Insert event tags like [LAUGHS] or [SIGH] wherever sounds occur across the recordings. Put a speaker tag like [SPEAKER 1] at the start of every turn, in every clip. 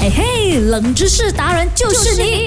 [SPEAKER 1] 嘿哎嘿，冷知识达人就是你。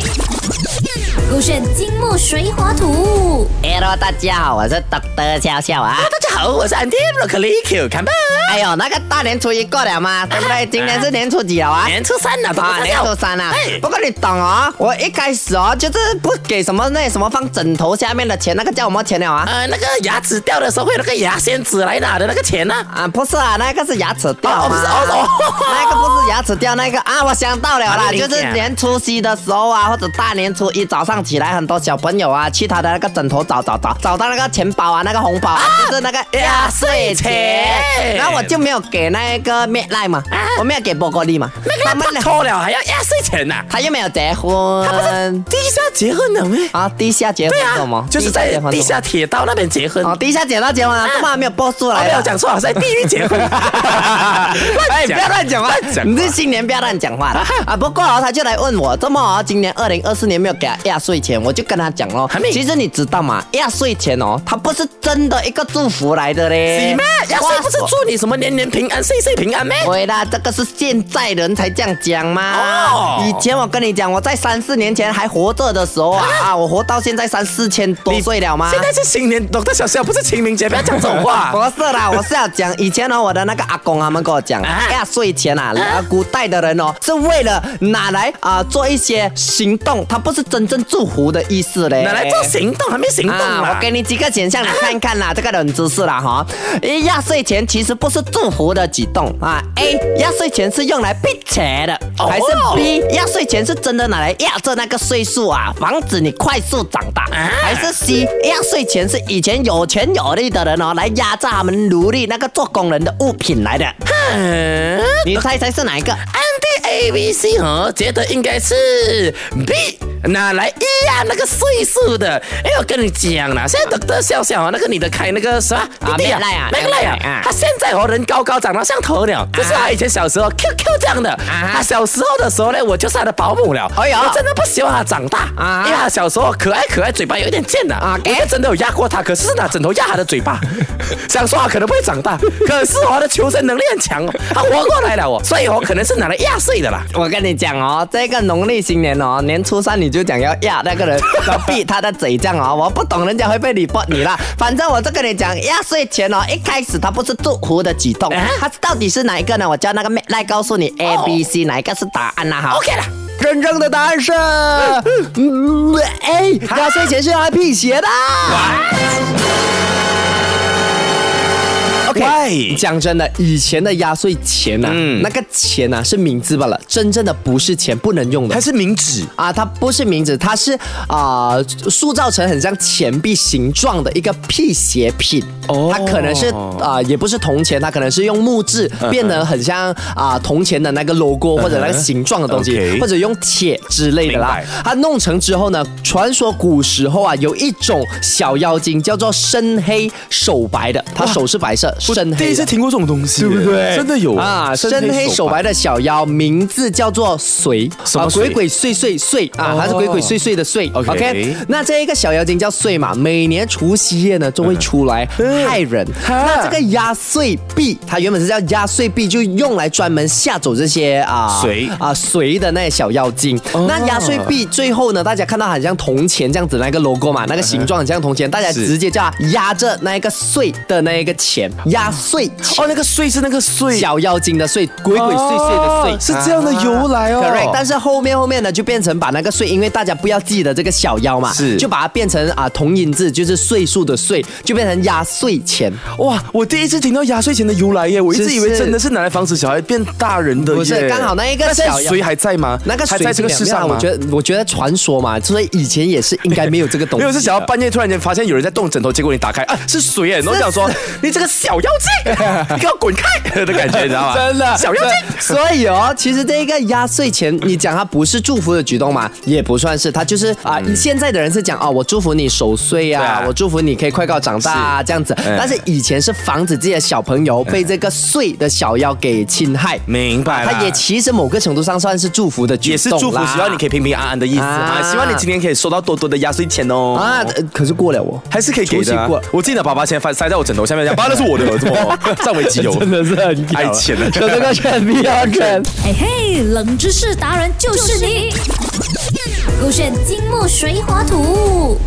[SPEAKER 1] 勾选金木水火土。
[SPEAKER 2] Hello，大哎家好，我是 Doctor 笑笑啊。
[SPEAKER 3] 大家好，我是 Andy Broccoli Q 看吧。
[SPEAKER 2] 哎呦，那个大年初一过了嘛，对不对？今天是年初几了啊？
[SPEAKER 3] 哎年初三了吧
[SPEAKER 2] 啊，？年初三啊
[SPEAKER 3] 哎！
[SPEAKER 2] 不过你懂哦，我一开始哦，就是不给什么那什么放枕头下面的钱，那个叫什么钱了啊？
[SPEAKER 3] 呃，那个牙齿掉的时候会有那个牙仙子来拿的那个钱呢、
[SPEAKER 2] 啊，不是啊，那个是牙齿掉
[SPEAKER 3] 哦
[SPEAKER 2] 嘛
[SPEAKER 3] 不是哦哦
[SPEAKER 2] [LAUGHS] 那个不是牙齿掉，那个啊，我想到了啦
[SPEAKER 3] 啊，你
[SPEAKER 2] 就
[SPEAKER 3] 理解
[SPEAKER 2] 是年初夕的时候啊，或者大年初一早上起来，很多小朋友啊，去他的那个枕头找找找，找到那个钱包啊，那个红包啊，就是那个
[SPEAKER 3] 压岁钱啊
[SPEAKER 2] 然后我就没有给那个 m i d l i 嘛，我没有给波哥利嘛，他
[SPEAKER 3] 那个他错了还要压岁钱呐、啊
[SPEAKER 2] 他又没有结
[SPEAKER 3] 他不是
[SPEAKER 2] 婚
[SPEAKER 3] 地下结婚了咩？
[SPEAKER 2] 啊，地下结婚
[SPEAKER 3] 对
[SPEAKER 2] 是什么
[SPEAKER 3] 啊？，就是
[SPEAKER 2] 结
[SPEAKER 3] 在
[SPEAKER 2] 婚
[SPEAKER 3] 地
[SPEAKER 2] 是什么
[SPEAKER 3] 下铁道那边结婚。
[SPEAKER 2] 哦，地下结到结婚啊，这么还没有播出
[SPEAKER 3] 啊
[SPEAKER 2] 来
[SPEAKER 3] 没有
[SPEAKER 2] 的。
[SPEAKER 3] 讲错，是在地狱结婚。 [LAUGHS] 哎
[SPEAKER 2] [LAUGHS] 哎，不要乱讲话！你这新年不要乱讲话
[SPEAKER 3] [LAUGHS]
[SPEAKER 2] 的啊！不过哦，他就来问我，这么哦，今年二零二四年没有给他压岁钱，我就跟他讲哦
[SPEAKER 3] 还没，
[SPEAKER 2] 其实你知道吗？压岁钱哦，它不是真的一个祝福来的嘞。
[SPEAKER 3] 你们哎压岁不是
[SPEAKER 2] 哇
[SPEAKER 3] 祝你什么年年平安、岁岁平安咩？
[SPEAKER 2] 对啦，这个是现在人才这样讲嘛。
[SPEAKER 3] 哦
[SPEAKER 2] 以前我跟你讲，我在三四年前还活着的时候啊，啊我活到现在三四千多岁了嘛。
[SPEAKER 3] 现在是新年，懂得小小不是清明节，不要讲这种话。
[SPEAKER 2] 不是啦， [LAUGHS] 我是要讲以前哦呢，我的那个阿公他们跟我讲，
[SPEAKER 3] 啊
[SPEAKER 2] 压岁钱啊，啊古代的人哦，是为了拿来啊、做一些行动，它不是真正祝福的意思嘞。
[SPEAKER 3] 拿来做行动，还没行动
[SPEAKER 2] 啊！
[SPEAKER 3] 啦
[SPEAKER 2] 我给你几个选项，你看一看啦，这个冷知识啦哈。诶压岁钱其实不是祝福的举动啊。A. 压岁钱是用来避邪的，
[SPEAKER 3] 哦
[SPEAKER 2] 还是 B. 压岁钱是真的拿来压着那个岁数啊，防止你快速长大，
[SPEAKER 3] 啊
[SPEAKER 2] 还是 C. 压岁钱是以前有钱有力的人哦，来压榨他们奴隶那个做工人的物品来的？
[SPEAKER 3] 嗯
[SPEAKER 2] 你猜猜是哪一个？
[SPEAKER 3] ，Andy A B C 和觉得应该是 B，哪来一呀、那个岁数的？哎，我跟你讲啦，现在等得笑笑啊，那个女的开那个啥
[SPEAKER 2] 啊
[SPEAKER 3] 弟弟
[SPEAKER 2] 麦赖啊
[SPEAKER 3] 麦赖
[SPEAKER 2] 麦赖啊
[SPEAKER 3] 啊，她现在和人高高长到像头鸟，这是她以前小时候 QQ 这样的。她小时候的时候呢，我就是她的保姆了。
[SPEAKER 2] 啊哎呦
[SPEAKER 3] 我真的不喜欢她长大
[SPEAKER 2] 啊
[SPEAKER 3] 啊，因为她小时候可爱可爱，嘴巴有一点贱的
[SPEAKER 2] 啊
[SPEAKER 3] 啊，我就真的有压过她，可是是拿枕头压她的
[SPEAKER 2] [LAUGHS]
[SPEAKER 3] 嘴巴，想说她可能不会长大，可是我的求生能力很强哦，她活过来了哦，所以我可能是拿来压碎的啦。
[SPEAKER 2] 我跟你讲哦，这个农历新年哦，年初三你就讲要压那个人，要闭他的嘴这样哦，我不懂人家会被你驳你
[SPEAKER 3] [LAUGHS]
[SPEAKER 2] 啦。反正我就跟你讲，压岁钱哦，一开始它不是祝福的举动
[SPEAKER 3] 啊，
[SPEAKER 2] 它到底是哪一个呢？我叫那个妹来告诉你 A
[SPEAKER 3] 哦
[SPEAKER 2] B C 哪一个是答案啦、哈。
[SPEAKER 3] OK 啦，
[SPEAKER 2] 真正的答案是，嗯，A 压岁钱是用来辟邪的。
[SPEAKER 3] Why？
[SPEAKER 2] 讲真的，以前的压岁钱呐、啊
[SPEAKER 3] 嗯
[SPEAKER 2] 那个钱呐、啊是名字罢了，真正的不是钱，不能用的
[SPEAKER 3] 它。是明纸。
[SPEAKER 2] 啊，它不是名字，它是啊、塑造成很像钱币形状的一个辟邪品。
[SPEAKER 3] 哦
[SPEAKER 2] 它可能是啊、也不是铜钱，它可能是用木质
[SPEAKER 3] 嗯
[SPEAKER 2] 变得很像啊、铜钱的那个 logo 或者那个形状的东西
[SPEAKER 3] OK
[SPEAKER 2] 或者用铁之类的啦
[SPEAKER 3] 明白。
[SPEAKER 2] 它弄成之后呢，传说古时候啊，有一种小妖精叫做身黑手白的，它手是白色，身黑啊的。
[SPEAKER 3] 听过这种东西，对不对？真的有
[SPEAKER 2] 啊，身黑手白的小妖，名字叫做隋，
[SPEAKER 3] 么
[SPEAKER 2] 啊、
[SPEAKER 3] 隋
[SPEAKER 2] 鬼鬼祟祟祟啊，
[SPEAKER 3] 哦
[SPEAKER 2] 还是鬼鬼祟祟的祟。
[SPEAKER 3] OK
[SPEAKER 2] 那这一个小妖精叫祟嘛，每年除夕夜呢就会出来
[SPEAKER 3] 嗯
[SPEAKER 2] 害人。那这个压岁币，它原本是叫压岁币，就用来专门吓走这些啊
[SPEAKER 3] 隋
[SPEAKER 2] 啊隋的那些小妖精。
[SPEAKER 3] 哦
[SPEAKER 2] 那压岁币最后呢，大家看到很像铜钱这样子那个 logo 嘛，那个形状很像铜钱，大家
[SPEAKER 3] 嗯是
[SPEAKER 2] 直接叫它压着那一个岁的那一个钱，压岁钱。
[SPEAKER 3] 哦，那个碎是那个碎，
[SPEAKER 2] 小妖精的祟，鬼鬼祟祟的祟，
[SPEAKER 3] 哦是这样的由来哦
[SPEAKER 2] Correct，但是后面后面呢，就变成把那个岁，因为大家不要记得这个小妖嘛，
[SPEAKER 3] 是
[SPEAKER 2] 啊就把它变成啊同音字，就是岁数的岁，就变成压岁钱。
[SPEAKER 4] 哇，我第一次听到压岁钱的由来耶！我一
[SPEAKER 2] 是
[SPEAKER 4] 直以为
[SPEAKER 2] 是
[SPEAKER 4] 真的是拿来防止小孩变大人的耶。
[SPEAKER 2] 不是刚哦好那一个
[SPEAKER 4] 那现
[SPEAKER 2] 小
[SPEAKER 4] 在
[SPEAKER 2] 妖
[SPEAKER 4] 谁还在吗？
[SPEAKER 2] 那个
[SPEAKER 4] 还
[SPEAKER 2] 水
[SPEAKER 4] 在这个世上吗？
[SPEAKER 2] 我觉得我觉得传说嘛，所以以前也是应该 [LAUGHS] 没有这个东西。
[SPEAKER 4] 没有，是想要半夜突然间发现有人在动枕头，结果你打开啊，是谁耶？然后想说你这个小妖 [LAUGHS] 精，你给我滚开的感 [LAUGHS] 觉，你知道吗？
[SPEAKER 2] 真的
[SPEAKER 4] 小妖精。
[SPEAKER 2] 所以哦，其实这一个压岁钱，你讲它不是祝福的举动嘛，也不算是，它就是啊、现在的人是讲哦，我祝福你守岁
[SPEAKER 4] 嗯
[SPEAKER 2] 啊，
[SPEAKER 4] 对啊嗯
[SPEAKER 2] 我祝福你可以快高长大啊，这样子。但是以前是防止自己的小朋友被这个岁的小妖给侵害，
[SPEAKER 4] 明白了
[SPEAKER 2] 它也其实某个程度上算是祝福的举动
[SPEAKER 4] 也是祝福，
[SPEAKER 2] 啦
[SPEAKER 4] 希望你可以平平安安的意思啊
[SPEAKER 2] 啊
[SPEAKER 4] 希望你今年可以收到多多的压岁钱哦。
[SPEAKER 2] 啊，呃可是过了哦。
[SPEAKER 4] [LAUGHS] 还是可以给的啊、
[SPEAKER 2] 除夕过
[SPEAKER 4] 我自己的爸爸钱塞塞在我枕头下面，讲爸那是我的，
[SPEAKER 3] 有这么
[SPEAKER 4] [LAUGHS]
[SPEAKER 3] 占为己有，
[SPEAKER 2] 真的是很
[SPEAKER 3] 爱
[SPEAKER 2] 屌
[SPEAKER 3] 钱的
[SPEAKER 2] 有这个权利要
[SPEAKER 4] [LAUGHS]
[SPEAKER 2] 权。
[SPEAKER 1] 嘿哎嘿，冷知识达人就是你。勾选金木水火土。